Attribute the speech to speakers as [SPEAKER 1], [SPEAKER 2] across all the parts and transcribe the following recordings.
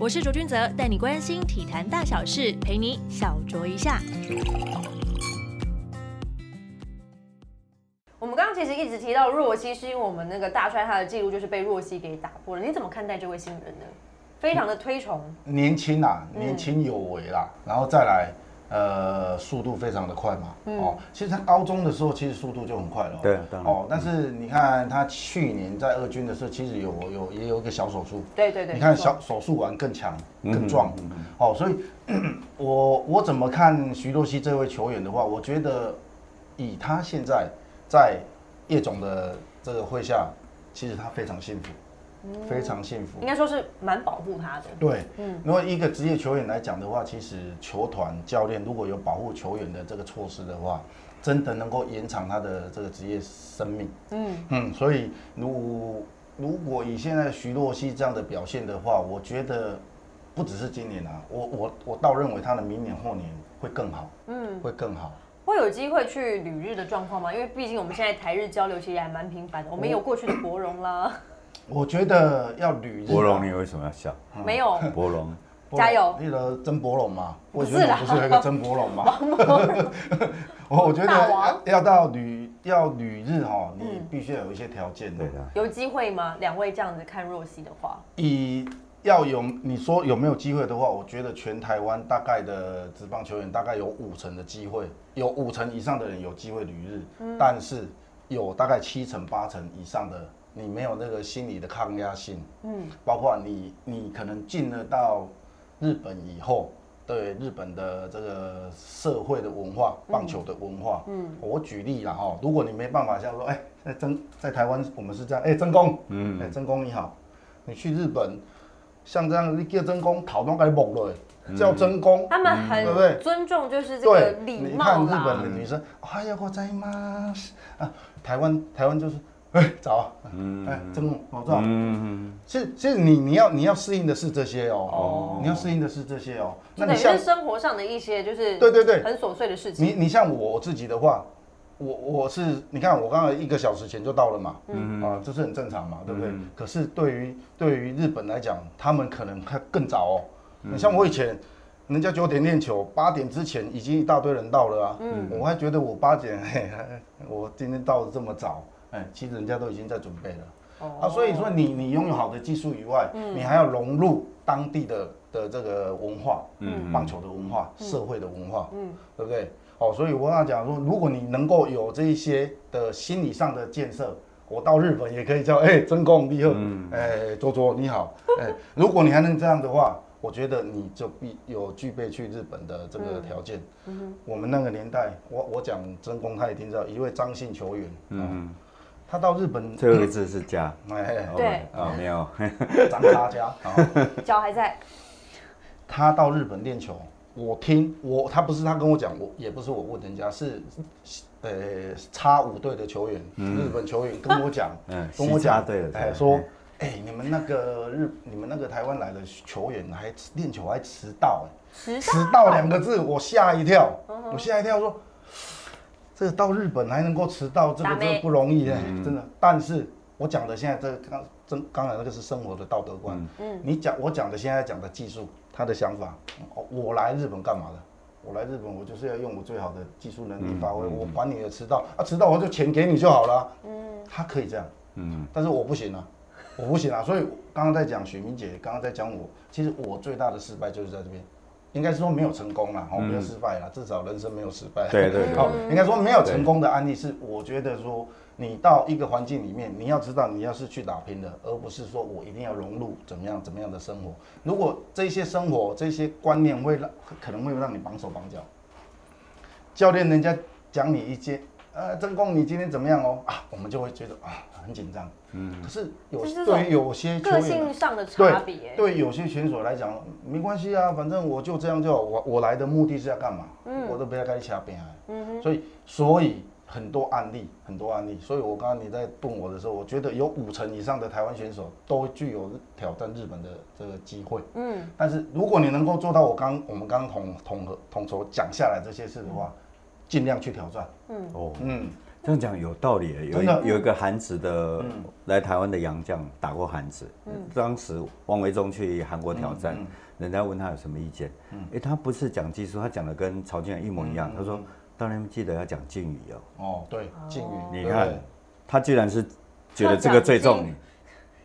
[SPEAKER 1] 我是卓君泽，带你关心体坛大小事，陪你小酌一下。
[SPEAKER 2] 我们刚刚其实一直提到若曦，是因为我们那个大帅他的记录就是被若曦给打破了。你怎么看待这位新人呢？非常的推崇，
[SPEAKER 3] 年轻啊，
[SPEAKER 2] 嗯
[SPEAKER 3] 年轻有为啦，然后再来，呃，速度非常的快嘛。
[SPEAKER 2] 嗯
[SPEAKER 3] 哦，其实他高中的时候其实速度就很快了哦。
[SPEAKER 4] 对当然
[SPEAKER 3] 哦，但是你看他去年在二军的时候，其实有有也有一个小手术。
[SPEAKER 2] 对对对，
[SPEAKER 3] 你看
[SPEAKER 2] 没错
[SPEAKER 3] 小手术完更强、
[SPEAKER 4] 嗯
[SPEAKER 3] 更壮。哦，所以 我我怎么看徐若曦这位球员的话，我觉得以他现在在叶总的这个麾下，其实他非常幸
[SPEAKER 2] 嗯
[SPEAKER 3] 福，非常幸福
[SPEAKER 2] 应。该说是蛮保护他的。
[SPEAKER 3] 对，如果一个职业球员来讲的话，其实球团教练如果有保护球员的这个措施的话，真的能够延长他的这个职业生命。嗯嗯，所以如如果以现在徐若曦这样的表现的话，我觉得不只是今年啊，我我我倒认为他的明年后年会更好，嗯，会更好。
[SPEAKER 2] 会有机会去旅日的状况吗？因为毕竟我们现在台日交流其实还蛮频繁的，我们有过去的博荣啦，
[SPEAKER 3] 我觉得要旅日啊
[SPEAKER 4] 博龙，你为什么要笑？
[SPEAKER 3] 啊
[SPEAKER 2] 没有
[SPEAKER 4] 博龙，
[SPEAKER 3] 博龙
[SPEAKER 2] 加油
[SPEAKER 3] 那个曾博龙嘛，
[SPEAKER 2] 不
[SPEAKER 3] 我
[SPEAKER 2] 是
[SPEAKER 3] 觉得
[SPEAKER 2] 啦
[SPEAKER 3] 不是有一个曾 博龙嘛，我我觉得
[SPEAKER 2] 大王嗯
[SPEAKER 3] 要要到旅要旅日哈，你必须要有一些条件的
[SPEAKER 4] 对，啊的，
[SPEAKER 2] 有机会吗？两位这样子看若曦的话，
[SPEAKER 3] 以要有你说有没有机会的话，我觉得全台湾大概的职棒球员大概有五成的机会，有五成以上的人有机会旅日，
[SPEAKER 2] 嗯
[SPEAKER 3] 但是有大概七成八成以上的你没有那个心理的抗压性，嗯，包括你你可能进了到日本以后。对日本的这个社会的文化，棒球的文化，嗯，我举例啦哈，如果你没办法像说，哎、在曾在台湾我们是这样，哎、曾公，嗯，哎、曾公你好，你去日本，像这样你叫真公，头都给你木落，叫真公。
[SPEAKER 2] 他们
[SPEAKER 3] 嗯对不对
[SPEAKER 2] 很尊重就是这个
[SPEAKER 3] 对，
[SPEAKER 2] 礼
[SPEAKER 3] 你看
[SPEAKER 2] 貌
[SPEAKER 3] 日本
[SPEAKER 2] 啦
[SPEAKER 3] 的。女生，哎呀，我在吗？啊，台湾台湾就是，哎，早，哎，真公，我知道。
[SPEAKER 4] 嗯，
[SPEAKER 3] 其实其实你你要你要适应的是这些
[SPEAKER 2] 哦
[SPEAKER 3] 哦，你要适应的是这些哦。
[SPEAKER 2] 就
[SPEAKER 3] 那
[SPEAKER 2] 等
[SPEAKER 3] 你
[SPEAKER 2] 于
[SPEAKER 3] 像
[SPEAKER 2] 是生活上的一些就是
[SPEAKER 3] 对对对
[SPEAKER 2] 很琐碎的事
[SPEAKER 3] 你
[SPEAKER 2] 情。
[SPEAKER 3] 你像我自己的话，我我是你看我刚刚一个小时前就到了嘛，嗯啊，这是很正常嘛，对不对？可是对于对于日本来讲，他们可能还更早哦。你像我以前，人家九点练球，八点之前已经一大堆人到了啊，
[SPEAKER 2] 嗯
[SPEAKER 3] 我还觉得我八点，嘿，我今天到的这么早，哎，其实人家都已经在准备了。
[SPEAKER 2] 哦
[SPEAKER 3] 啊，所以说你你拥有好的技术以外，你还要融入当地的的这个文化，棒球的文化、社会的文化，对不对？哦，所以我想讲说，如果你能够有这一些的心理上的建设，我到日本也可以叫哎，真公你好，哎，卓卓你好，哎，如果你还能这样的话。我觉得你就必有具备去日本的这个条件。我们那个年代，我我讲真公，他一定知道，一位张姓球员，嗯，他到日本，
[SPEAKER 4] 最后一次是加，
[SPEAKER 3] 哎，
[SPEAKER 2] 对嗯
[SPEAKER 4] 哦，没有，
[SPEAKER 3] 张大 家。
[SPEAKER 2] 脚还在，
[SPEAKER 3] 他到日本练球，我听我他不是他跟我讲，我也不是我问人家，是呃叉五队的球员，日本球员跟我讲，
[SPEAKER 4] 嗯
[SPEAKER 3] 跟我
[SPEAKER 4] 西
[SPEAKER 3] 讲
[SPEAKER 4] 叉队的，球员
[SPEAKER 3] 哎说。哎、你们那个日，你们那个台湾来的球员还练球还迟到、
[SPEAKER 2] 迟
[SPEAKER 3] 哎，迟到两个字我吓一跳，我吓一跳说，这个到日本还能够迟到，这个
[SPEAKER 2] 打
[SPEAKER 3] 真的
[SPEAKER 2] 咩
[SPEAKER 3] 不容易哎、真的。但是我讲的现在这个刚真刚才那个是生活的道德观，嗯，你讲我讲的现在讲的技术，他的想法，哦我来日本干嘛的？我来日本，我就是要用我最好的技术能力发挥，我管你的迟到啊，迟到我就钱给你就好了啊、嗯，他可以这样，嗯，但是我不行啊。我不行啊，所以刚刚在讲许明姐，刚刚在讲我，其实我最大的失败就是在这边，应该是说没有成功啦，哦，没有失败啦，至少人生没有失败。
[SPEAKER 4] 嗯对对对
[SPEAKER 3] 哦，应该说没有成功的案例是，我觉得说你到一个环境里面，你要知道你要是去打拼的，而不是说我一定要融入怎么样怎么样的生活。如果这些生活这些观念会让可能会让你绑手绑脚，教练人家讲你一些。呃，曾公，你今天怎么样哦？啊，我们就会觉得啊，很紧张。嗯，可是有
[SPEAKER 2] 就是这种
[SPEAKER 3] 对于有些球
[SPEAKER 2] 个
[SPEAKER 3] 员
[SPEAKER 2] 性上的差别
[SPEAKER 3] 对。对，有些选手来讲，没关系啊，反正我就这样就好。我我来的目的是要干嘛？我都不要跟你掐边啊。所以所以很多案例，很多案例。所以我刚刚你在问我的时候，我觉得有五成以上的台湾选手都具有挑战日本的这个机会。嗯，但是如果你能够做到我刚我们刚刚统统合统筹讲下来这些事的话，尽量去挑战。
[SPEAKER 4] 哦，
[SPEAKER 3] 嗯，
[SPEAKER 4] 这样讲有道理耶。有
[SPEAKER 3] 真的嗯
[SPEAKER 4] 一有一个韩职的来台湾的洋将打过韩职，
[SPEAKER 2] 嗯
[SPEAKER 4] 当时王维忠去韩国挑
[SPEAKER 3] 嗯
[SPEAKER 4] 战，人家问他有什么意见，哎，他不是讲技术，他讲的跟曹俊然一模一
[SPEAKER 3] 嗯
[SPEAKER 4] 样。他说：“当然记得要讲敬语哦。
[SPEAKER 3] 哦，对，敬语，”
[SPEAKER 4] 你
[SPEAKER 3] 对不
[SPEAKER 4] 看
[SPEAKER 3] 对，
[SPEAKER 4] 他居然是觉得这个最重
[SPEAKER 2] 他讲敬，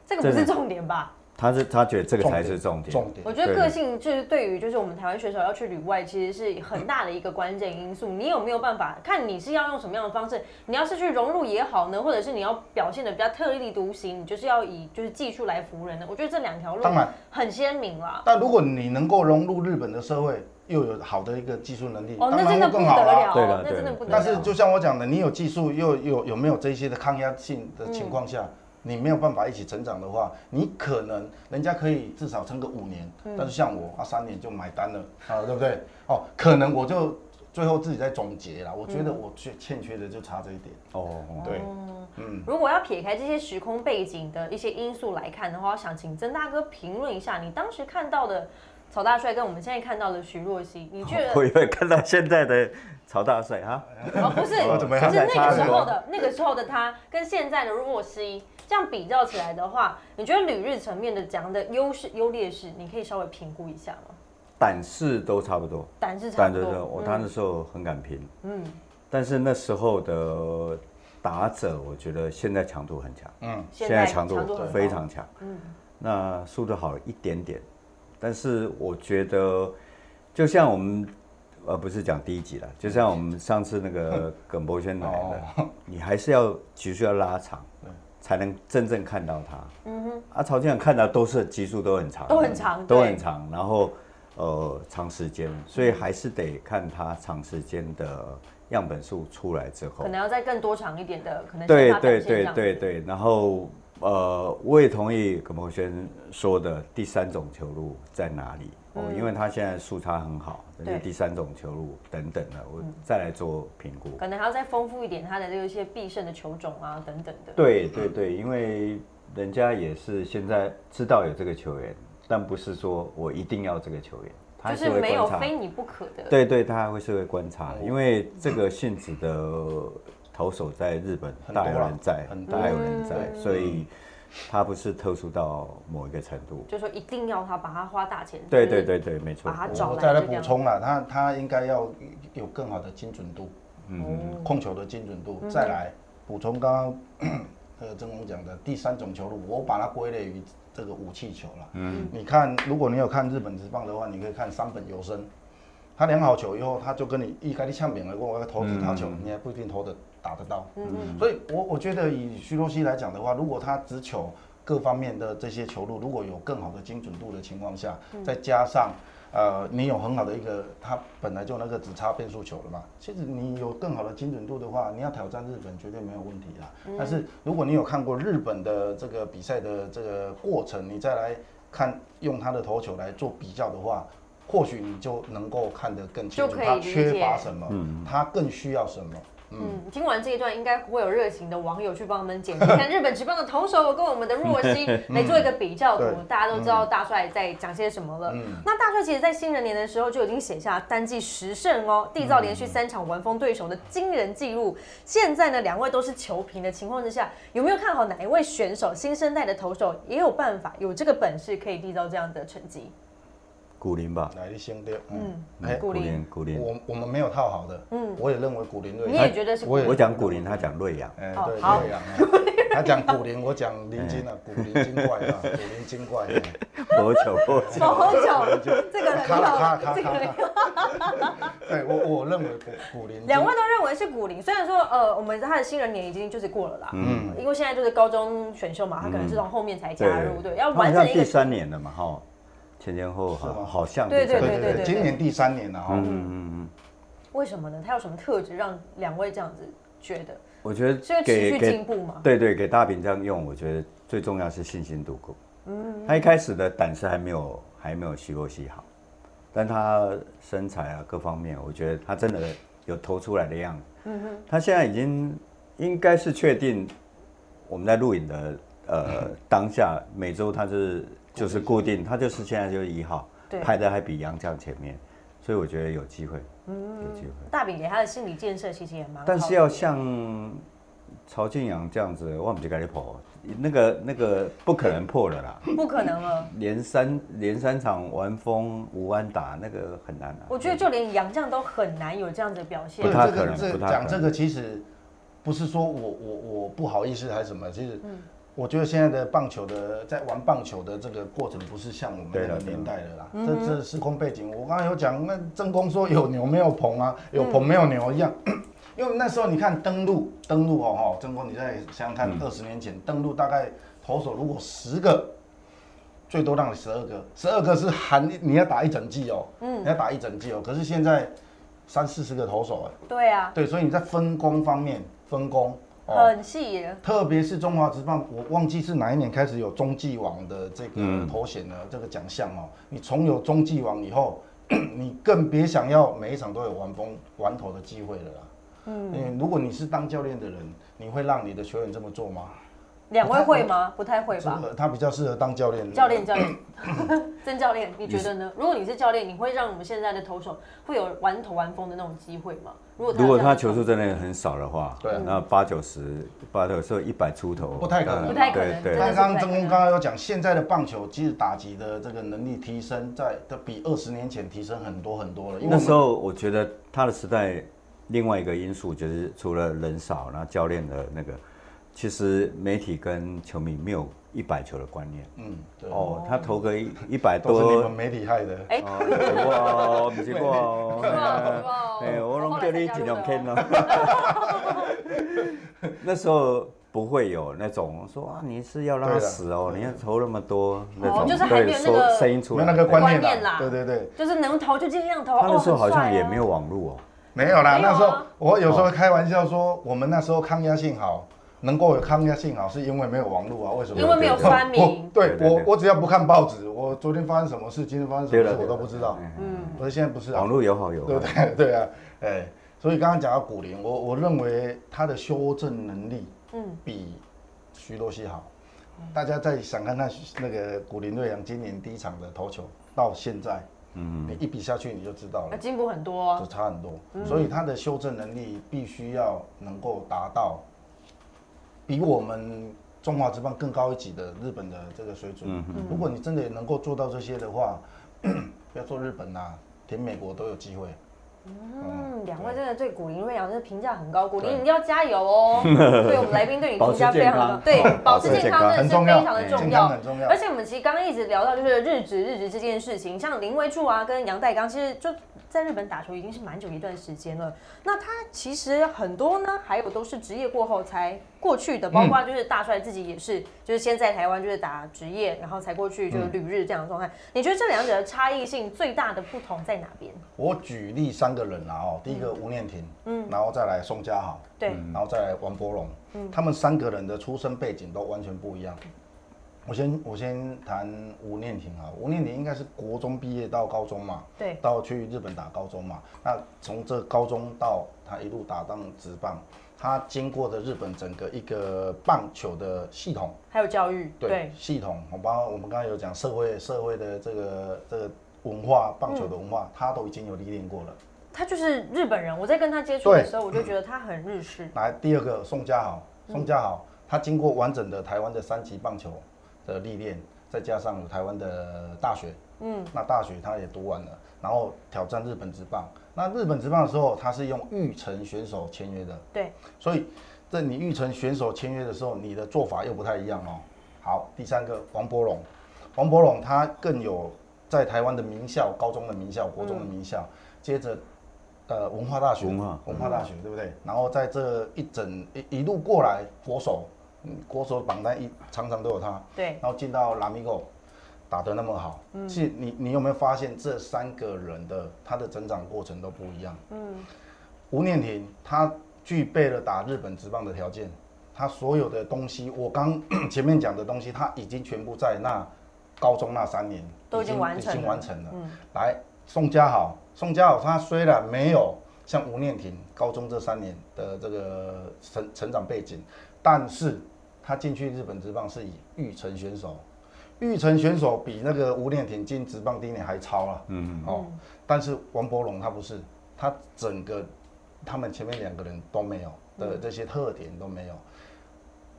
[SPEAKER 2] 这个不是重点吧？
[SPEAKER 4] 他是他觉得这个才是重点。
[SPEAKER 3] 重点
[SPEAKER 2] 我觉得个性就是对于就是我们台湾选手要去旅外，其实是很大的一个关键因素。你有没有办法看你是要用什么样的方式？你要是去融入也好呢，或者是你要表现的比较特立独行，你就是要以就是技术来服人的。我觉得这两条路
[SPEAKER 3] 当然
[SPEAKER 2] 很鲜明啦。
[SPEAKER 3] 但如果你能够融入日本的社会，又有好的一个技术能力，
[SPEAKER 2] 哦，
[SPEAKER 3] 嗯当
[SPEAKER 2] 那真
[SPEAKER 3] 然
[SPEAKER 2] 的
[SPEAKER 3] 会
[SPEAKER 2] 不
[SPEAKER 3] 更
[SPEAKER 2] 得
[SPEAKER 3] 好啦。
[SPEAKER 2] 了
[SPEAKER 4] 对
[SPEAKER 2] 哦
[SPEAKER 4] 了，
[SPEAKER 2] 那
[SPEAKER 4] 对
[SPEAKER 2] 真的
[SPEAKER 4] 了
[SPEAKER 2] 不得
[SPEAKER 3] 但
[SPEAKER 2] 了。
[SPEAKER 3] 是就像我讲的，你有技术又有有没有这一些的抗压性的情况下，你没有办法一起成长的话，你可能人家可以至少撑个五年，
[SPEAKER 2] 嗯
[SPEAKER 3] 但是像我啊三年就买单了啊，对不对？哦，可能我就最后自己在总结啦。我觉得我缺欠缺的就差这一点。
[SPEAKER 4] 哦，
[SPEAKER 3] 对，
[SPEAKER 2] 如果要撇开这些时空背景的一些因素来看的话，我想请曾大哥评论一下你当时看到的曹大帅跟我们现在看到的徐若曦，你觉得？
[SPEAKER 4] 我以为看到现在的曹大帅哈，
[SPEAKER 2] 哦，不 是，
[SPEAKER 3] 哦怎么样
[SPEAKER 2] 就是那个时候的那个时候的他跟现在的若曦这样比较起来的话，你觉得旅日层面的讲的优势、优劣势，你可以稍微评估一下吗？
[SPEAKER 4] 胆识都差不多。
[SPEAKER 2] 胆是差
[SPEAKER 4] 反
[SPEAKER 2] 不
[SPEAKER 4] 正
[SPEAKER 2] 多，
[SPEAKER 4] 我
[SPEAKER 2] 嗯
[SPEAKER 4] 他那时候很敢拼，嗯，但是那时候的打者，我觉得现在强度很强，
[SPEAKER 3] 嗯，
[SPEAKER 2] 现在
[SPEAKER 4] 强
[SPEAKER 2] 强度很高
[SPEAKER 4] 非常强，嗯，那速度好一点点，但是我觉得就像我们。呃，不是讲第一集了，就像我
[SPEAKER 2] 嗯
[SPEAKER 4] 们上次 那个耿博轩来
[SPEAKER 2] 哦
[SPEAKER 4] 的，你还是要局数要拉长，才能真正看到他。嗯哼，啊，曹俊阳看到都是集数都很长，
[SPEAKER 2] 都很长
[SPEAKER 4] 都
[SPEAKER 2] 对嗯
[SPEAKER 4] 很长，然后呃长时间，所以还是得看他长时间的样本数出来之后
[SPEAKER 2] 可。能要再更多长一点的，可能
[SPEAKER 4] 对
[SPEAKER 2] 先发
[SPEAKER 4] 对
[SPEAKER 2] 展现这
[SPEAKER 4] 对
[SPEAKER 2] 样
[SPEAKER 4] 对对，然后呃，我也同意耿博轩说的，第三种球路在哪里？哦，因为他现在速差很好，但是
[SPEAKER 2] 嗯对嗯
[SPEAKER 4] 第三种球路等等的，我再来做评估。
[SPEAKER 2] 可能还要再丰富一点他的这些必胜的球种啊等等的。
[SPEAKER 4] 对对对，因为人家也是现在知道有这个球员，但不是说我一定要这个球员，他还
[SPEAKER 2] 就是
[SPEAKER 4] 会
[SPEAKER 2] 没有
[SPEAKER 4] 观察。
[SPEAKER 2] 非你不可的，哦
[SPEAKER 4] 对对，他还会是会观察，因为这个性质的投手在日本
[SPEAKER 3] 很多
[SPEAKER 4] 大有
[SPEAKER 3] 啦
[SPEAKER 4] 人在
[SPEAKER 3] 很，多
[SPEAKER 4] 大有人
[SPEAKER 2] 嗯
[SPEAKER 4] 在，所以他不是特殊到某一个程度。
[SPEAKER 2] 就说一定要他把他花大钱，
[SPEAKER 4] 对对，对对，没
[SPEAKER 2] 嗯
[SPEAKER 4] 错
[SPEAKER 2] 把。它找
[SPEAKER 3] 我
[SPEAKER 2] 来
[SPEAKER 3] 再来
[SPEAKER 2] 就这
[SPEAKER 3] 补
[SPEAKER 2] 样
[SPEAKER 3] 充啦，他他应该要有更好的精准度，嗯，控球的精准度，
[SPEAKER 2] 嗯
[SPEAKER 3] 再来补充刚刚 呃曾龙讲的第三种球路，我把它归类于这个武器球啦。嗯，你看，如果你有看日本职棒的话，你可以看三本游生，他量好球以后，他就跟你一开始呛扁了，过我要投直他球，你还不一定投的打得到。嗯，所以我我觉得以徐若曦来讲的话，如果他直球。各方面的这些球路，如果有更好的精准度的情况下，
[SPEAKER 2] 嗯
[SPEAKER 3] 再加上呃，你有很好的一个，它本来就那个只差变速球了嘛。其实你有更好的精准度的话，你要挑战日本绝对没有问题啦。
[SPEAKER 2] 嗯
[SPEAKER 3] 但是如果你有看过日本的这个比赛的这个过程，你再来看用他的投球来做比较的话，或许你就能够看得更清
[SPEAKER 2] 就
[SPEAKER 3] 楚
[SPEAKER 2] 可以
[SPEAKER 3] 他
[SPEAKER 2] 理
[SPEAKER 3] 缺
[SPEAKER 2] 解
[SPEAKER 3] 乏什么，他更需要什么。
[SPEAKER 2] 嗯，听完这一段，应该会有热情的网友去帮我们解析。看日本职棒的投手跟我们的若曦来做一个比较图
[SPEAKER 3] 对，
[SPEAKER 2] 大家都知道大帅在讲些什么了。那大帅其实，在新人年的时候就已经写下单季十胜哦，缔造连续三场完封对手的惊人纪录。现在呢，两位都是球评的情况之下，有没有看好哪一位选手新生代的投手也有办法有这个本事可以缔造这样的成绩？
[SPEAKER 4] 古林吧，
[SPEAKER 3] 来，你先对，嗯
[SPEAKER 2] 嗯，
[SPEAKER 3] 哎，
[SPEAKER 2] 古林
[SPEAKER 4] 古林，
[SPEAKER 3] 我我们没有套好的，嗯，我也认为古林瑞，
[SPEAKER 2] 你也觉得是
[SPEAKER 3] 我也
[SPEAKER 4] 我讲古林，他讲 瑞阳。
[SPEAKER 3] 哎，
[SPEAKER 2] 哦
[SPEAKER 3] 对，
[SPEAKER 2] 好
[SPEAKER 3] 对呀，他讲古灵，我讲灵精啊，古灵精怪啊，古灵精怪。哎
[SPEAKER 4] 我球我球，
[SPEAKER 2] 某酒， 这个很
[SPEAKER 3] 咔
[SPEAKER 2] 漂亮，
[SPEAKER 3] 咔咔
[SPEAKER 2] 这个
[SPEAKER 3] 咔
[SPEAKER 2] 很
[SPEAKER 3] 咔。对我我认为古古灵
[SPEAKER 2] 两位都认为是古林，虽然说呃，我们他的新人年已经就是过了啦，嗯，因为现在就是高中选秀嘛，他可能是从后面才加入，对，要
[SPEAKER 4] 他好
[SPEAKER 2] 完
[SPEAKER 4] 像
[SPEAKER 2] 整一
[SPEAKER 4] 第
[SPEAKER 2] 个。
[SPEAKER 4] 三年了嘛哈，前前后
[SPEAKER 3] 是
[SPEAKER 4] 好
[SPEAKER 3] 吗
[SPEAKER 4] 好像
[SPEAKER 2] 对
[SPEAKER 4] 第三
[SPEAKER 2] 对
[SPEAKER 4] 年
[SPEAKER 3] 对对
[SPEAKER 2] 对
[SPEAKER 3] 对，今年第三年了哈，
[SPEAKER 4] 嗯
[SPEAKER 2] 为什么呢？他有什么特质让两位这样子觉得？
[SPEAKER 4] 我觉
[SPEAKER 2] 是要
[SPEAKER 4] 得
[SPEAKER 2] 持续
[SPEAKER 4] 给
[SPEAKER 2] 进
[SPEAKER 4] 给
[SPEAKER 2] 步嘛？
[SPEAKER 4] 对对，给大饼这样用，我觉得最重要是信心度够。嗯，他一开始的胆识还没有还没有徐若曦好，但他身材啊各方面，我觉得他真的有投出来的样子。嗯哼，他现在已经应该是确定我们在录影的呃当下，每周他是就是固定，他就是现在就是一号
[SPEAKER 2] 对，
[SPEAKER 4] 排的还比杨绛前面，所以我觉得有机会，有机会。
[SPEAKER 2] 大饼给他的心理建设其实也蛮好的，
[SPEAKER 4] 但是要像曹俊阳这样子，我们就给你破，啊那个那个不可能破了啦。
[SPEAKER 2] 不可能了。
[SPEAKER 4] 连三连三场完封无安打，那个很难啊。
[SPEAKER 2] 我觉得就连杨将都很难有这样子的表现
[SPEAKER 4] 不。太可
[SPEAKER 3] 这个
[SPEAKER 4] 能
[SPEAKER 3] 这
[SPEAKER 4] 不太
[SPEAKER 3] 讲
[SPEAKER 4] 可
[SPEAKER 3] 这
[SPEAKER 4] 能
[SPEAKER 3] 个其实不是说我我我不好意思还是什么，其实我觉得现在的棒球的在玩棒球的这个过程不是像我们那
[SPEAKER 4] 对了
[SPEAKER 3] 个
[SPEAKER 4] 对
[SPEAKER 3] 年
[SPEAKER 4] 了
[SPEAKER 3] 代的啦，嗯这这时空背景，我刚刚有讲，那真空说有牛没有棚啊，有棚没有牛一样。 因为那时候你看登录登录哦哈，真空你再想想看，二十年前登录大概投手如果十个，最多让你十二个，十二个是含你要打一整季哦，嗯，你要打一整季哦。可是现在三四十个投手哎，
[SPEAKER 2] 对啊，
[SPEAKER 3] 对，所以你在分工方面分工哦，
[SPEAKER 2] 很细耶。
[SPEAKER 3] 特别是中华职棒，我忘记是哪一年开始有中继王的这个
[SPEAKER 4] 嗯
[SPEAKER 3] 头衔了，这个奖项哦。你从有中继王以后， 你更别想要每一场都有完封完投的机会了啦。嗯，如果你是当教练的人，你会让你的球员这么做吗？
[SPEAKER 2] 两位会吗？不太会
[SPEAKER 3] 这
[SPEAKER 2] 吧。
[SPEAKER 3] 个他比较适合当教练。
[SPEAKER 2] 教练，教 练， 曾教练，你觉得呢？如果你是教练，你会让我们现在的投手会有玩投玩风的那种机会吗？如果
[SPEAKER 4] 如
[SPEAKER 2] 有这
[SPEAKER 4] 果
[SPEAKER 2] 样
[SPEAKER 4] 他
[SPEAKER 2] 的
[SPEAKER 4] 球速真的很少的话，
[SPEAKER 3] 对啊
[SPEAKER 4] 那八九十、八九十、一百出头，
[SPEAKER 3] 不太可能
[SPEAKER 2] 不太可能真
[SPEAKER 4] 对对
[SPEAKER 2] 的
[SPEAKER 3] 刚
[SPEAKER 2] 是
[SPEAKER 3] 刚
[SPEAKER 2] 不太
[SPEAKER 3] 曾
[SPEAKER 2] 可
[SPEAKER 3] 公
[SPEAKER 2] 能
[SPEAKER 3] 刚刚有讲，现在的棒球其实打击的这个能力提升，在它比二十年前提升很多很多了。因为
[SPEAKER 4] 那
[SPEAKER 3] 我
[SPEAKER 4] 时
[SPEAKER 3] 们
[SPEAKER 4] 候我觉得他的时代，另外一个因素就是除了人少，然后教练的那个，其实媒体跟球迷没有一百球的观念。
[SPEAKER 3] 嗯，对，
[SPEAKER 4] 哦，他投个一一百
[SPEAKER 3] 都是你
[SPEAKER 4] 多
[SPEAKER 3] 们，媒体害的。
[SPEAKER 2] 哎，
[SPEAKER 4] 哦没吃过哦，没吃过哦
[SPEAKER 2] 哇
[SPEAKER 4] 哎呀，
[SPEAKER 2] 哇
[SPEAKER 4] 哎，我
[SPEAKER 2] 后
[SPEAKER 4] 拢
[SPEAKER 2] 来
[SPEAKER 4] 叫
[SPEAKER 2] 才
[SPEAKER 4] 你
[SPEAKER 2] 加入的
[SPEAKER 4] 尽量
[SPEAKER 2] 哦
[SPEAKER 4] 骗哦。那时候不会有那种说啊，你是要让他
[SPEAKER 3] 对的
[SPEAKER 4] 死哦，你要投那么多那
[SPEAKER 2] 哦
[SPEAKER 4] 种，
[SPEAKER 2] 就是还没
[SPEAKER 4] 对，
[SPEAKER 2] 有那
[SPEAKER 4] 说
[SPEAKER 2] 个
[SPEAKER 4] 声音出
[SPEAKER 3] 没
[SPEAKER 4] 来
[SPEAKER 3] 有那个观
[SPEAKER 2] 观
[SPEAKER 3] 念
[SPEAKER 2] 念啦
[SPEAKER 3] 对对对，
[SPEAKER 2] 就是能投就尽量投。
[SPEAKER 4] 他那
[SPEAKER 2] 哦
[SPEAKER 4] 时候好像也没。
[SPEAKER 2] 很帅
[SPEAKER 4] 有
[SPEAKER 2] 啊
[SPEAKER 4] 网络哦，
[SPEAKER 3] 没有啦。
[SPEAKER 2] 没有啊
[SPEAKER 3] 那时候我有时
[SPEAKER 4] 哦
[SPEAKER 3] 候开玩笑说，我们那时候抗压性好，能够有抗压性好，是因为没有网络啊。为什么？
[SPEAKER 2] 因为没有酸
[SPEAKER 3] 我
[SPEAKER 2] 民，
[SPEAKER 3] 对
[SPEAKER 4] 哦对对
[SPEAKER 3] 我
[SPEAKER 4] 对
[SPEAKER 3] 我只要不看报纸，我昨天发生什么事，今天发生什
[SPEAKER 4] 对
[SPEAKER 3] 么
[SPEAKER 4] 了
[SPEAKER 3] 事，我都不知道。
[SPEAKER 2] 嗯，
[SPEAKER 3] 可是现在不是啊
[SPEAKER 4] 网，络有好有
[SPEAKER 3] 对
[SPEAKER 4] 坏
[SPEAKER 3] 不。对？ 对啊，哎，所以刚刚讲到古林，我我认为他的修正能力，
[SPEAKER 2] 嗯
[SPEAKER 3] 嗯，比徐若曦好。大家再想看看那个古林瑞阳今年第一场的投球到现在，嗯，你一比下去你就知道了
[SPEAKER 2] 那。进步很多啊
[SPEAKER 3] 就。差很多，所以他的修正能力必须要能够达到比我们中华之棒更高一级的日本的这个水准。如果你真的能够做到这些的话， 不要说日本啦、连美国都有机会。
[SPEAKER 2] 嗯，两位真的对古林瑞阳真的啊评价很高，古林你一定要加油哦。对我们来宾对你评价非常高，
[SPEAKER 4] 保持
[SPEAKER 2] 对
[SPEAKER 4] 健康，
[SPEAKER 2] 保持健康真的
[SPEAKER 3] 很
[SPEAKER 2] 是
[SPEAKER 3] 重
[SPEAKER 2] 非
[SPEAKER 3] 要，
[SPEAKER 2] 常的重
[SPEAKER 3] 健
[SPEAKER 2] 要
[SPEAKER 3] 康。很重要
[SPEAKER 2] 而。且我们其实刚刚一直聊到就是日职日职这件事情，像林威柱啊跟杨代刚，其实就在日本打球已经是蛮久一段时间了。那他其实很多呢，还有都是职业过后才过去的，包括就是大帅自己也是，就是先在台湾就是打职业，然后才过去就是旅日这样的状态。你觉得这两者的差异性最大的不同在哪边？
[SPEAKER 3] 我举例三个人啦哦，第一个吴念婷，嗯，然后再来宋佳豪，
[SPEAKER 2] 对，
[SPEAKER 3] 然后再来王伯荣，他们三个人的出身背景都完全不一样。我先我先谈吴念婷啊，吴念婷应该是国中毕业到高中嘛，
[SPEAKER 2] 对
[SPEAKER 3] 到去日本打高中嘛。那从这高中到他一路打到职棒，他经过的日本整个一个棒球的系统，
[SPEAKER 2] 还有教育，
[SPEAKER 3] 对
[SPEAKER 2] 对，
[SPEAKER 3] 系统，我包括我们刚才有讲社会社会的这个这个文化，棒球的文化，他都已经有历练过了。
[SPEAKER 2] 他就是日本人。我在跟他接触的
[SPEAKER 3] 对
[SPEAKER 2] 时候，我就觉得他很日式，
[SPEAKER 3] 来，第二个宋佳豪，宋佳豪，他经过完整的台湾的三级棒球的历练，再加上有台湾的大学，嗯，那大学他也读完了，然后挑战日本职棒。那日本职棒的时候，他是用育成选手签约的，
[SPEAKER 2] 对，
[SPEAKER 3] 所以在你育成选手签约的时候，你的做法又不太一样哦。好，第三个王伯龙，王伯龙他更有在台湾的名校、高中的名校、国中的名校，接着呃文化大学，
[SPEAKER 4] 文化嗯
[SPEAKER 3] 文化大学对不对？然后在这一整一一路过来，国手，嗯，国手榜单一常常都有他，
[SPEAKER 2] 对，
[SPEAKER 3] 然后进到拉米狗打得那么好，嗯，是你你有没有发现这三个人的他的成长过程都不一样？嗯，吴念婷她具备了打日本职棒的条件，她所有的东西，我刚 前面讲的东西，她已经全部在那高中那三年
[SPEAKER 2] 都已经完成
[SPEAKER 3] 已经
[SPEAKER 2] 了嗯
[SPEAKER 3] 完成了。来，宋佳豪，宋佳豪他虽然没有像吴念婷高中这三年的这个成成长背景，但是他进去日本职棒是以育成选手，玉成选手比那个吴念挺进职棒第一年还超了，嗯哦，但是王柏龙他不是，他整个他们前面两个人都没有的这些特点都没有，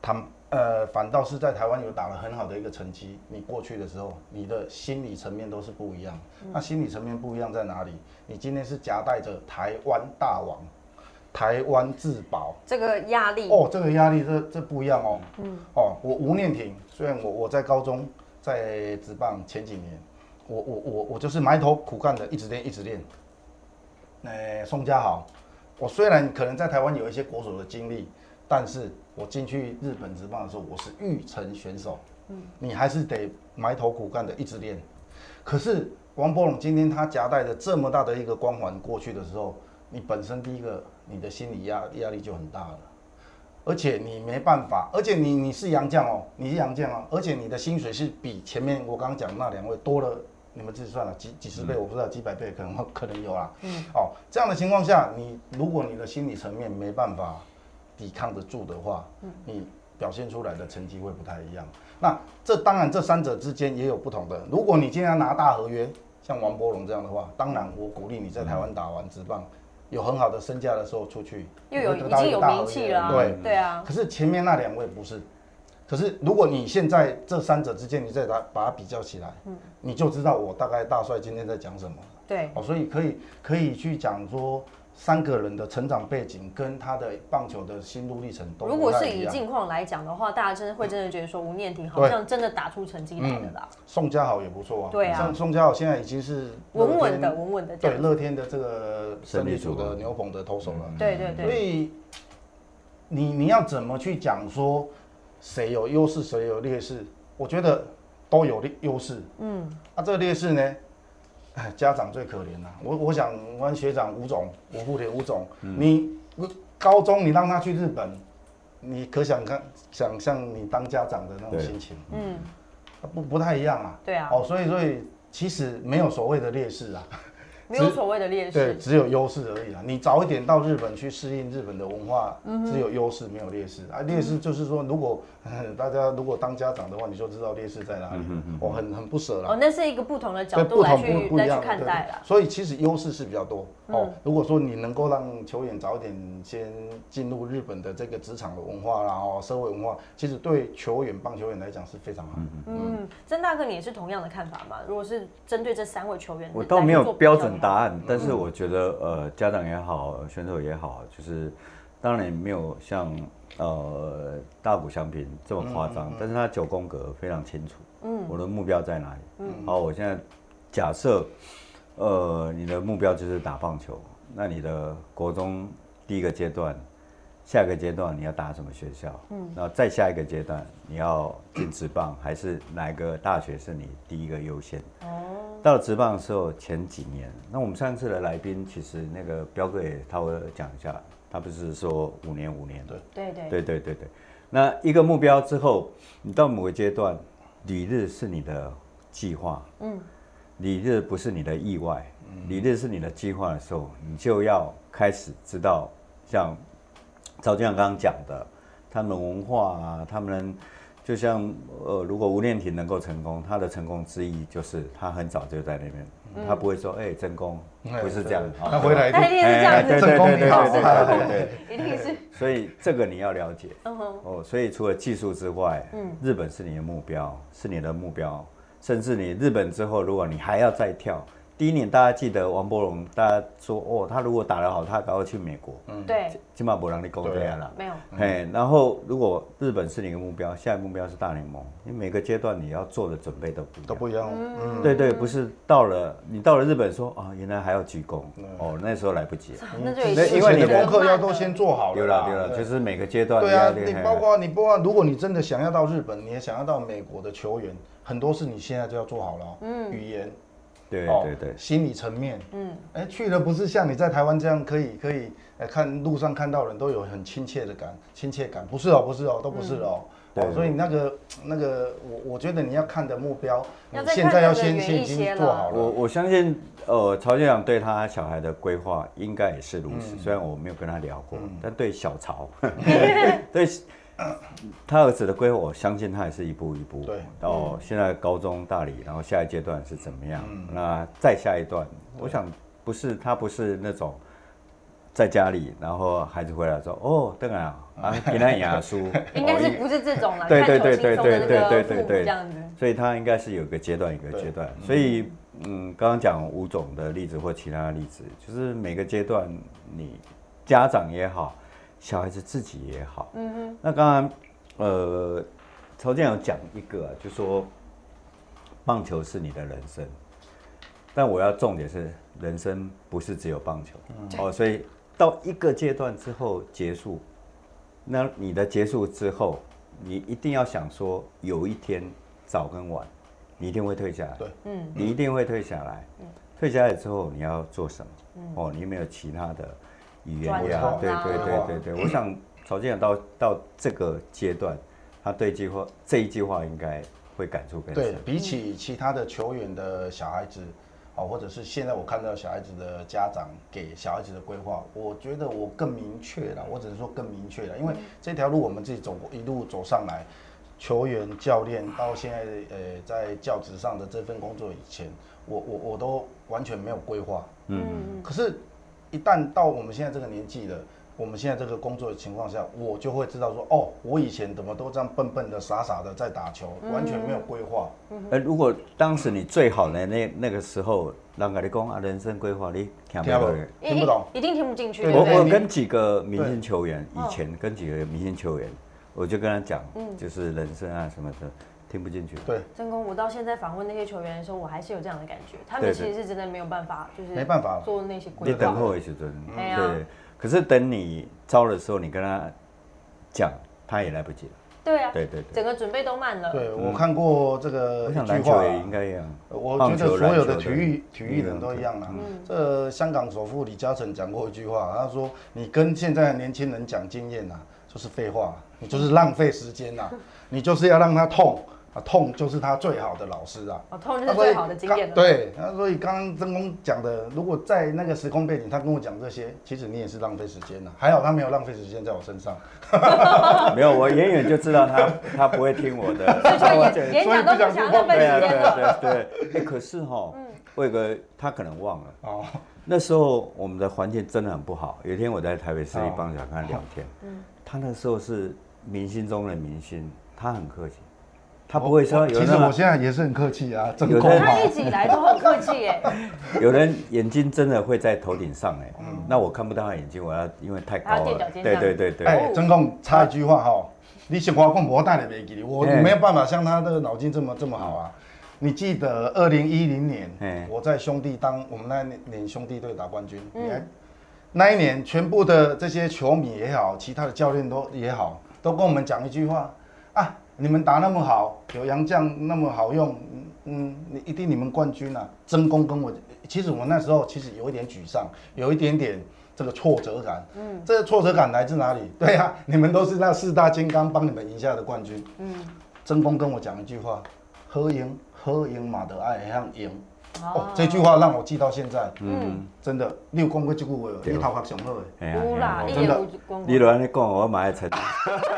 [SPEAKER 3] 他们呃反倒是在台湾有打了很好的一个成绩，你过去的时候，你的心理层面都是不一样。那心理层面不一样在哪里？你今天是夹带着台湾大王、台湾自保，
[SPEAKER 2] 这个压力，
[SPEAKER 3] 哦，这个压力这这不一样哦。嗯。哦，我吴念挺，虽然我我在高中在职棒前几年，我我我我就是埋头苦干的，一直练一直练。呃，宋家豪，我虽然可能在台湾有一些国手的经历，但是我进去日本职棒的时候，我是育成选手。嗯。你还是得埋头苦干的，一直练。可是王柏龙今天他夹带着这么大的一个光环过去的时候，你本身第一个你的心理压压力就很大了，而且你没办法，而且你你是洋将哦，你是洋将哦，而且你的薪水是比前面我刚刚讲的那两位多了。你们自己算了，几几十
[SPEAKER 2] 嗯
[SPEAKER 3] 倍我不知道，几百倍可能 可能有啦。嗯，哦，这样的情况下，你如果你的心理层面没办法抵抗得住的话，
[SPEAKER 2] 嗯
[SPEAKER 3] 你表现出来的成绩会不太一样。那这当然，这三者之间也有不同的。如果你今天要拿大合约，像王柏龙这样的话，当然我鼓励你在台
[SPEAKER 2] 嗯
[SPEAKER 3] 湾打完职棒，有很好的身价的时候出去，
[SPEAKER 2] 又
[SPEAKER 3] 你
[SPEAKER 2] 有
[SPEAKER 3] 会
[SPEAKER 2] 已
[SPEAKER 3] 得到
[SPEAKER 2] 经
[SPEAKER 3] 一个
[SPEAKER 2] 有
[SPEAKER 3] 大合
[SPEAKER 2] 名
[SPEAKER 3] 约
[SPEAKER 2] 气了啊，
[SPEAKER 3] 对。
[SPEAKER 2] 对啊，
[SPEAKER 3] 可是前面那两位不是，可是如果你现在这三者之间，你再把把它比较起来，
[SPEAKER 2] 嗯
[SPEAKER 3] 你就知道我大概大帅今天在讲什么。
[SPEAKER 2] 对，
[SPEAKER 3] 哦，所以可以可以去讲说三个人的成长背景跟他的棒球的心路历程都
[SPEAKER 2] 如果
[SPEAKER 3] 不太
[SPEAKER 2] 是
[SPEAKER 3] 一
[SPEAKER 2] 以
[SPEAKER 3] 样
[SPEAKER 2] 近况来讲的话，大家真的会真的觉得说吴念婷好像真的打出成绩来了啦，
[SPEAKER 3] 宋佳豪也不错啊，
[SPEAKER 2] 对啊
[SPEAKER 3] 像宋佳豪现在已经是乐
[SPEAKER 2] 稳稳
[SPEAKER 3] 天
[SPEAKER 2] 的，稳稳的这
[SPEAKER 3] 对
[SPEAKER 2] 样。
[SPEAKER 3] 乐天的这个胜
[SPEAKER 4] 胜利
[SPEAKER 3] 利组
[SPEAKER 4] 组
[SPEAKER 3] 的牛棚的投手了，
[SPEAKER 2] 对对
[SPEAKER 3] 所
[SPEAKER 2] 对，
[SPEAKER 3] 以你你要怎么去讲说谁有优势谁有劣势？我觉得都有劣优势，嗯，啊，这个劣势呢？哎，家长最可怜了、我我想，我们学长吴总，我父铁吴总，你高中你让他去日本，你可想看想象你当家长的那种
[SPEAKER 4] 对
[SPEAKER 3] 心情，
[SPEAKER 2] 嗯，
[SPEAKER 3] 不不太一样啊。
[SPEAKER 2] 对啊，
[SPEAKER 3] 哦，所以所以其实没有所谓的劣势啊，
[SPEAKER 2] 没有所谓的劣
[SPEAKER 3] 对，
[SPEAKER 2] 势，
[SPEAKER 3] 只有优势而已啦。你早一点到日本去适应日本的文化，只有优势没有劣势啊。劣势就是说，如果、大家如果当家长的话，你就知道劣势在哪里。我、很很不舍啦。
[SPEAKER 2] 哦，那是一个不同的角
[SPEAKER 3] 对
[SPEAKER 2] 度来
[SPEAKER 3] 不
[SPEAKER 2] 去
[SPEAKER 3] 不
[SPEAKER 2] 来
[SPEAKER 3] 一样
[SPEAKER 2] 去
[SPEAKER 3] 的
[SPEAKER 2] 看
[SPEAKER 3] 对
[SPEAKER 2] 待
[SPEAKER 3] 对
[SPEAKER 2] 啦。
[SPEAKER 3] 所以其实优势是比较多哦。如果说你能够让球员早一点先进入日本的这个职场的文化啦，哦，社会文化，其实对球员棒球员来讲是非常好的。
[SPEAKER 2] 嗯，曾大哥，你也是同样的看法吗？如果是针对这三位球员，
[SPEAKER 4] 我倒没有标准答案，但是我觉得呃，家长也好，选手也好，就是当然也没有像呃大谷翔平这么夸张，但是他九宫格非常清楚。嗯，我的目标在哪里？嗯，好，我现在假设呃你的目标就是打棒球，那你的国中第一个阶段。下一个阶段你要打什么学校？嗯，然后再下一个阶段你要进职棒，还是哪个大学是你第一个优先？到了职棒的时候，前几年，那我们上次的来宾，其实那个彪哥也稍微讲一下，他不是说五年五年的，
[SPEAKER 2] 对对
[SPEAKER 4] 对对对对。那一个目标之后，你到某个阶段，理日是你的计划，嗯，理日不是你的意外，理日是你的计划的时候，你就要开始知道，像赵健刚刚讲的，他们的文化啊，他们就像呃，如果吴念婷能够成功，她的成功之一就是她很早就在那边，她不会说哎真功，不是这样，好
[SPEAKER 3] 他回来一定
[SPEAKER 2] 他一定是这样
[SPEAKER 4] 哎
[SPEAKER 2] 子，
[SPEAKER 4] 对对
[SPEAKER 3] 正
[SPEAKER 4] 对
[SPEAKER 3] 宫
[SPEAKER 4] 对
[SPEAKER 3] 你好
[SPEAKER 4] 对对对对。
[SPEAKER 2] 一定是，
[SPEAKER 4] 所以这个你要了解
[SPEAKER 2] 嗯哼，嗯
[SPEAKER 4] 哦。所以除了技术之外，日本是你的目标，是你的目标，甚至你日本之后，如果你还要再跳，第一年大家记得王柏荣，大家说哦，他如果打得好，他赶快去美国，
[SPEAKER 2] 对，
[SPEAKER 4] 起码不让你勾这样啦。
[SPEAKER 2] 没有，
[SPEAKER 4] 哎，然后如果日本是你的目标，下一个目标是大联盟，你每个阶段你要做的准备都不一样
[SPEAKER 3] 都。不一样哦。嗯，
[SPEAKER 4] 对对，不是到了你到了日本说啊、原来还要鞠躬哦，那时候来不及了。
[SPEAKER 2] 那就
[SPEAKER 3] 你
[SPEAKER 2] 已
[SPEAKER 4] 那
[SPEAKER 2] 经
[SPEAKER 3] 之
[SPEAKER 4] 因为
[SPEAKER 3] 前
[SPEAKER 4] 你
[SPEAKER 3] 的
[SPEAKER 2] 是
[SPEAKER 3] 功
[SPEAKER 4] 的
[SPEAKER 3] 课要都先做好
[SPEAKER 4] 有
[SPEAKER 3] 了啦。
[SPEAKER 4] 了有了，
[SPEAKER 3] 对
[SPEAKER 4] 就是每个阶段
[SPEAKER 3] 对啊，
[SPEAKER 4] 要练
[SPEAKER 3] 你
[SPEAKER 4] 嘿
[SPEAKER 3] 包括你包括，如果你真的想要到日本，你也想要到美国的球员，很多事你现在就要做好了哦、
[SPEAKER 2] 嗯
[SPEAKER 3] 语言，
[SPEAKER 4] 对
[SPEAKER 3] 哦
[SPEAKER 4] 对对，
[SPEAKER 3] 心理层面，嗯，哎，去了不是像你在台湾这样可以可以，哎，看路上看到人都有很亲切的感亲切感，不是哦，不是哦，都不是哦。哦，
[SPEAKER 4] 嗯对
[SPEAKER 3] 所以那个那个，我我觉得你要看的目标，你
[SPEAKER 2] 要再
[SPEAKER 3] 现在要
[SPEAKER 2] 看得
[SPEAKER 3] 先
[SPEAKER 2] 远
[SPEAKER 3] 先
[SPEAKER 2] 一
[SPEAKER 3] 已
[SPEAKER 2] 些
[SPEAKER 3] 经
[SPEAKER 2] 了”
[SPEAKER 3] 做好
[SPEAKER 4] 我
[SPEAKER 3] 了。
[SPEAKER 4] 我相信，呃，曹校长对他小孩的规
[SPEAKER 3] 嗯
[SPEAKER 4] 划应该也是如此。虽然我没有跟他聊过，但对小曹，对他儿子的规划，我相信他也是一步一步。
[SPEAKER 3] 对，嗯
[SPEAKER 4] 到现在高中大理，然后下一阶段是怎么样？那再下一段，我想不是他不是那种在家里，然后孩子回来说：“哦，邓啊，啊，给他 雅书。哦
[SPEAKER 2] 应该是不是这种啦？
[SPEAKER 4] 对
[SPEAKER 2] 看
[SPEAKER 4] 对对
[SPEAKER 2] 手轻松的
[SPEAKER 4] 对对
[SPEAKER 2] 那个
[SPEAKER 4] 对
[SPEAKER 2] 父
[SPEAKER 4] 对
[SPEAKER 2] 母
[SPEAKER 4] 对
[SPEAKER 2] 这样子。
[SPEAKER 4] 所以他应该是有个阶段一个阶段。所以，嗯，刚刚讲吴总的例子或其他的例子，就是每个阶段你家长也好，小孩子自己也好，嗯哼。那刚刚呃，曹健有讲一个、啊，就说棒球是你的人生，但我要重点是人生不是只有棒球、
[SPEAKER 3] 嗯
[SPEAKER 4] 哦，所以到一个阶段之后结束，那你的结束之后，你一定要想说，有一天早跟晚，你一定会退下来。
[SPEAKER 3] 对，
[SPEAKER 2] 嗯，
[SPEAKER 4] 你一定会退下来。退下来之后你要做什么？哦，你有没有其他的语言
[SPEAKER 2] 嗯转
[SPEAKER 4] 呀、
[SPEAKER 2] 行
[SPEAKER 4] 对
[SPEAKER 2] 啊
[SPEAKER 4] 对对
[SPEAKER 3] 嗯
[SPEAKER 4] 对对，我想曹建阳到到这个阶段，他对计划这一句话应该会感触更
[SPEAKER 3] 对
[SPEAKER 4] 深。
[SPEAKER 3] 比起其他的球员的小孩子，啊，或者是现在我看到小孩子的家长给小孩子的规划，我觉得我更明确了，我只能说更明确了，因为这条路我们自己走过，一路走上来，球员、教练到现在呃在教职上的这份工作以前，我我我都完全没有规划，
[SPEAKER 2] 嗯，
[SPEAKER 3] 可是，一旦到我们现在这个年纪了，我们现在这个工作的情况下，我就会知道说，哦，我以前怎么都这样笨笨的、傻傻的在打球，
[SPEAKER 4] 嗯
[SPEAKER 3] 完全没有规划。
[SPEAKER 4] 呃，如果当时你最好的那那个时候，让跟你讲啊，人生规划你听不
[SPEAKER 3] 听不
[SPEAKER 2] 一
[SPEAKER 3] 懂。听不
[SPEAKER 4] 懂
[SPEAKER 3] 懂
[SPEAKER 2] 一定听不进去，
[SPEAKER 3] 对
[SPEAKER 2] 不
[SPEAKER 4] 我
[SPEAKER 2] 对？
[SPEAKER 4] 我跟几个明星球员，以前跟几个明星球员，我就跟他讲，就是人生啊什么的，听不进去。
[SPEAKER 3] 对，
[SPEAKER 2] 真公，我到现在访问那些球员的时候，我还是有这样的感觉，他们
[SPEAKER 4] 对
[SPEAKER 2] 其
[SPEAKER 4] 对
[SPEAKER 2] 实是真的没有办法，就是
[SPEAKER 3] 没办法
[SPEAKER 2] 做那些规
[SPEAKER 4] 你
[SPEAKER 2] 划。
[SPEAKER 4] 等候一时阵，
[SPEAKER 2] 哎呀
[SPEAKER 4] 对。可是等你招的时候，你跟他讲，他也来不及了。
[SPEAKER 2] 对啊，
[SPEAKER 4] 对对对
[SPEAKER 2] 整个准备都慢了。
[SPEAKER 3] 对我看过这个
[SPEAKER 4] 嗯我
[SPEAKER 3] 一
[SPEAKER 4] 想
[SPEAKER 3] 句
[SPEAKER 4] 篮球
[SPEAKER 3] 话
[SPEAKER 4] 也
[SPEAKER 3] 啦
[SPEAKER 4] 应，呃该一样，
[SPEAKER 3] 我
[SPEAKER 4] 棒
[SPEAKER 3] 觉得
[SPEAKER 4] 球
[SPEAKER 3] 所有
[SPEAKER 4] 篮
[SPEAKER 3] 的
[SPEAKER 4] 球
[SPEAKER 3] 体育体育人都一样啦。啊
[SPEAKER 4] 嗯
[SPEAKER 3] 这香港首富李嘉诚讲过一句话，他说：“你跟现在的年轻人讲经验啊，就是废话，你就是浪费时间呐、你就是要让他痛啊，痛就是他最好的老师啊。”
[SPEAKER 2] 哦，痛就
[SPEAKER 3] 那
[SPEAKER 2] 是
[SPEAKER 3] 所以
[SPEAKER 2] 最好的经
[SPEAKER 3] 刚
[SPEAKER 2] 验了。
[SPEAKER 3] 对，那所以刚刚真公讲的，如果在那个时空背景，他跟我讲这些，其实你也是浪费时间了、还好他没有浪费时间在我身上，
[SPEAKER 4] 没有我远远就知道他他不会听我 的。
[SPEAKER 2] 演演讲都不想浪费
[SPEAKER 4] 对
[SPEAKER 2] 时
[SPEAKER 4] 啊对
[SPEAKER 2] 间了。
[SPEAKER 4] 啊对 啊对。哎，可是哈，我有个他可能忘了
[SPEAKER 3] 哦。
[SPEAKER 4] 那时候我们的环境真的很不好。有一天我在台北市立
[SPEAKER 3] 哦
[SPEAKER 4] 帮小康聊天，
[SPEAKER 2] 嗯
[SPEAKER 4] 他那时候是明星中的明星，他很客气， 他不会说有
[SPEAKER 3] 其实
[SPEAKER 4] 那
[SPEAKER 3] 哦
[SPEAKER 4] 么
[SPEAKER 3] 我现在也是很客气啊，真
[SPEAKER 4] 有
[SPEAKER 3] 公
[SPEAKER 4] 的
[SPEAKER 3] 嘛
[SPEAKER 2] 他。一直以来都很客气 耶，
[SPEAKER 4] 有人眼睛真的会在头顶上哎、
[SPEAKER 3] 嗯
[SPEAKER 4] 那我看不到他眼睛，我要因为太
[SPEAKER 2] 还
[SPEAKER 4] 高
[SPEAKER 2] 要垫
[SPEAKER 4] 了
[SPEAKER 2] 脚，尖这
[SPEAKER 4] 对
[SPEAKER 2] 样
[SPEAKER 4] 对对对，
[SPEAKER 3] 哎，真公插一句话哈、你写华共博带的没给你，我
[SPEAKER 4] 哎
[SPEAKER 3] 没有办法像他的脑筋这么这么好啊。你记得二零一零年
[SPEAKER 4] 哎，
[SPEAKER 3] 我在兄弟当我们那一年兄弟队打冠军，你还那一年全部的这些球迷也好，其他的教练都也好，都跟我们讲一句话啊，你们打那么好，有洋将那么好用，嗯嗯，你一定你们冠军啊！真功跟我，其实我那时候其实有一点沮丧，有一点点这个挫折感。嗯，这个挫折感来自哪里？ 对呀、你们都是那四大金刚帮你们赢下的冠军。嗯，真功跟我讲一句话：喝赢喝赢马德爱让赢。哦，这句话让我记到现在。嗯，真的，你有讲过这句话，你头壳上好的，
[SPEAKER 4] 哎
[SPEAKER 2] 乌啦，一
[SPEAKER 4] 哎
[SPEAKER 2] 点无光
[SPEAKER 4] 你。如安尼讲，我马上才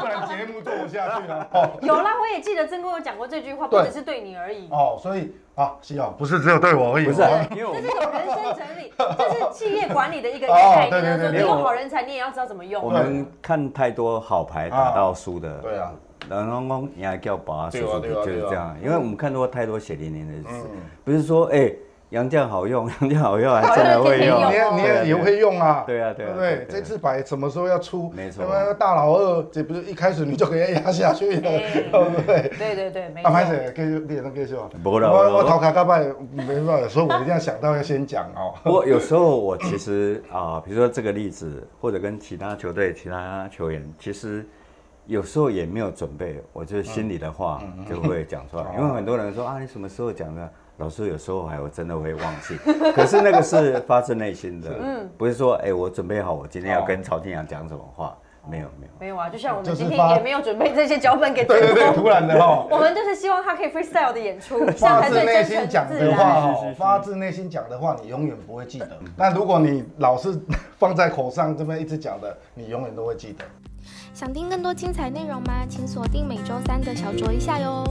[SPEAKER 3] 不然节目做不下去了。哦
[SPEAKER 2] 有啦，我也记得曾公有讲过这句话，不
[SPEAKER 3] 对
[SPEAKER 2] 只是对你而已。
[SPEAKER 3] 哦，所以啊，是哦，不是只有对我而已。哦
[SPEAKER 4] 不是啊
[SPEAKER 3] 我
[SPEAKER 4] 因为我
[SPEAKER 2] 这
[SPEAKER 4] 们
[SPEAKER 2] 是一种人生整 理，这是企业管理的一个一个
[SPEAKER 3] 哦
[SPEAKER 2] 概
[SPEAKER 3] 对对
[SPEAKER 2] 念。就是说
[SPEAKER 3] 对
[SPEAKER 2] 你
[SPEAKER 3] 对
[SPEAKER 2] 有
[SPEAKER 4] 我
[SPEAKER 2] 好人才，你也要知道怎么用。
[SPEAKER 4] 我们看太多好牌打到输的，
[SPEAKER 3] 啊对啊，
[SPEAKER 4] 然后讲你还叫把输
[SPEAKER 3] 对啊
[SPEAKER 4] 出去
[SPEAKER 3] 对啊
[SPEAKER 4] 就是这
[SPEAKER 3] 对
[SPEAKER 4] 样
[SPEAKER 3] 啊，
[SPEAKER 4] 因为我们看多太多血淋淋的事
[SPEAKER 3] 嗯，
[SPEAKER 4] 不是说哎杨绛好用， 杨绛好用，还真的
[SPEAKER 2] 好用
[SPEAKER 4] 会
[SPEAKER 2] 天天
[SPEAKER 4] 用
[SPEAKER 3] 你，也你
[SPEAKER 4] 对啊
[SPEAKER 3] 也也会用啊，
[SPEAKER 4] 对啊对
[SPEAKER 3] 对
[SPEAKER 4] 啊
[SPEAKER 3] 不
[SPEAKER 4] 对啊
[SPEAKER 3] 对？
[SPEAKER 4] 对啊
[SPEAKER 3] 这次牌什么时候要出？
[SPEAKER 4] 没错
[SPEAKER 3] 要不然大老二，这不是一开始你就给他压下去了，
[SPEAKER 2] 哎
[SPEAKER 3] 对不对？
[SPEAKER 2] 对对对，没
[SPEAKER 3] 啊，
[SPEAKER 2] 错。
[SPEAKER 3] 拍摄继续，你也能继续啊。
[SPEAKER 4] 没啦
[SPEAKER 3] 我
[SPEAKER 4] 没啦
[SPEAKER 3] 我头卡卡拜没办法，所以我一定要想到要先讲哦。
[SPEAKER 4] 不过有时候我其实啊，比如说这个例子，或者跟其他球队、其他球员，其实有时候也没有准备，我就是心里的话
[SPEAKER 3] 嗯
[SPEAKER 4] 就会讲
[SPEAKER 3] 哦
[SPEAKER 4] 出来。因为很多人说啊，你什么时候讲的？老师有时候还我真的会忘记，可是那个是发自内心的，不是说哎、我准备好我今天要跟曹金阳讲什么话，没有没有。
[SPEAKER 2] 没有啊，就像我们
[SPEAKER 3] 就是
[SPEAKER 2] 今天
[SPEAKER 3] 发
[SPEAKER 2] 也没有准备这些脚本给曾
[SPEAKER 3] 对对对，
[SPEAKER 2] 公，
[SPEAKER 3] 突然的哦，
[SPEAKER 2] 我们就是希望他可以 freestyle 的演出， 这样
[SPEAKER 3] 发
[SPEAKER 2] 才
[SPEAKER 3] 自
[SPEAKER 2] 最
[SPEAKER 3] 内
[SPEAKER 2] 真诚
[SPEAKER 3] 心讲
[SPEAKER 2] 自
[SPEAKER 3] 的话
[SPEAKER 2] 然。
[SPEAKER 4] 是是
[SPEAKER 3] 哦
[SPEAKER 4] 是，
[SPEAKER 3] 发自内心讲的话，你永远不会记得。那如果你老是放在口上这么一直讲的，你永远都会记得。
[SPEAKER 5] 想听更多精彩内容吗？请锁定每周三的小酌一下哟。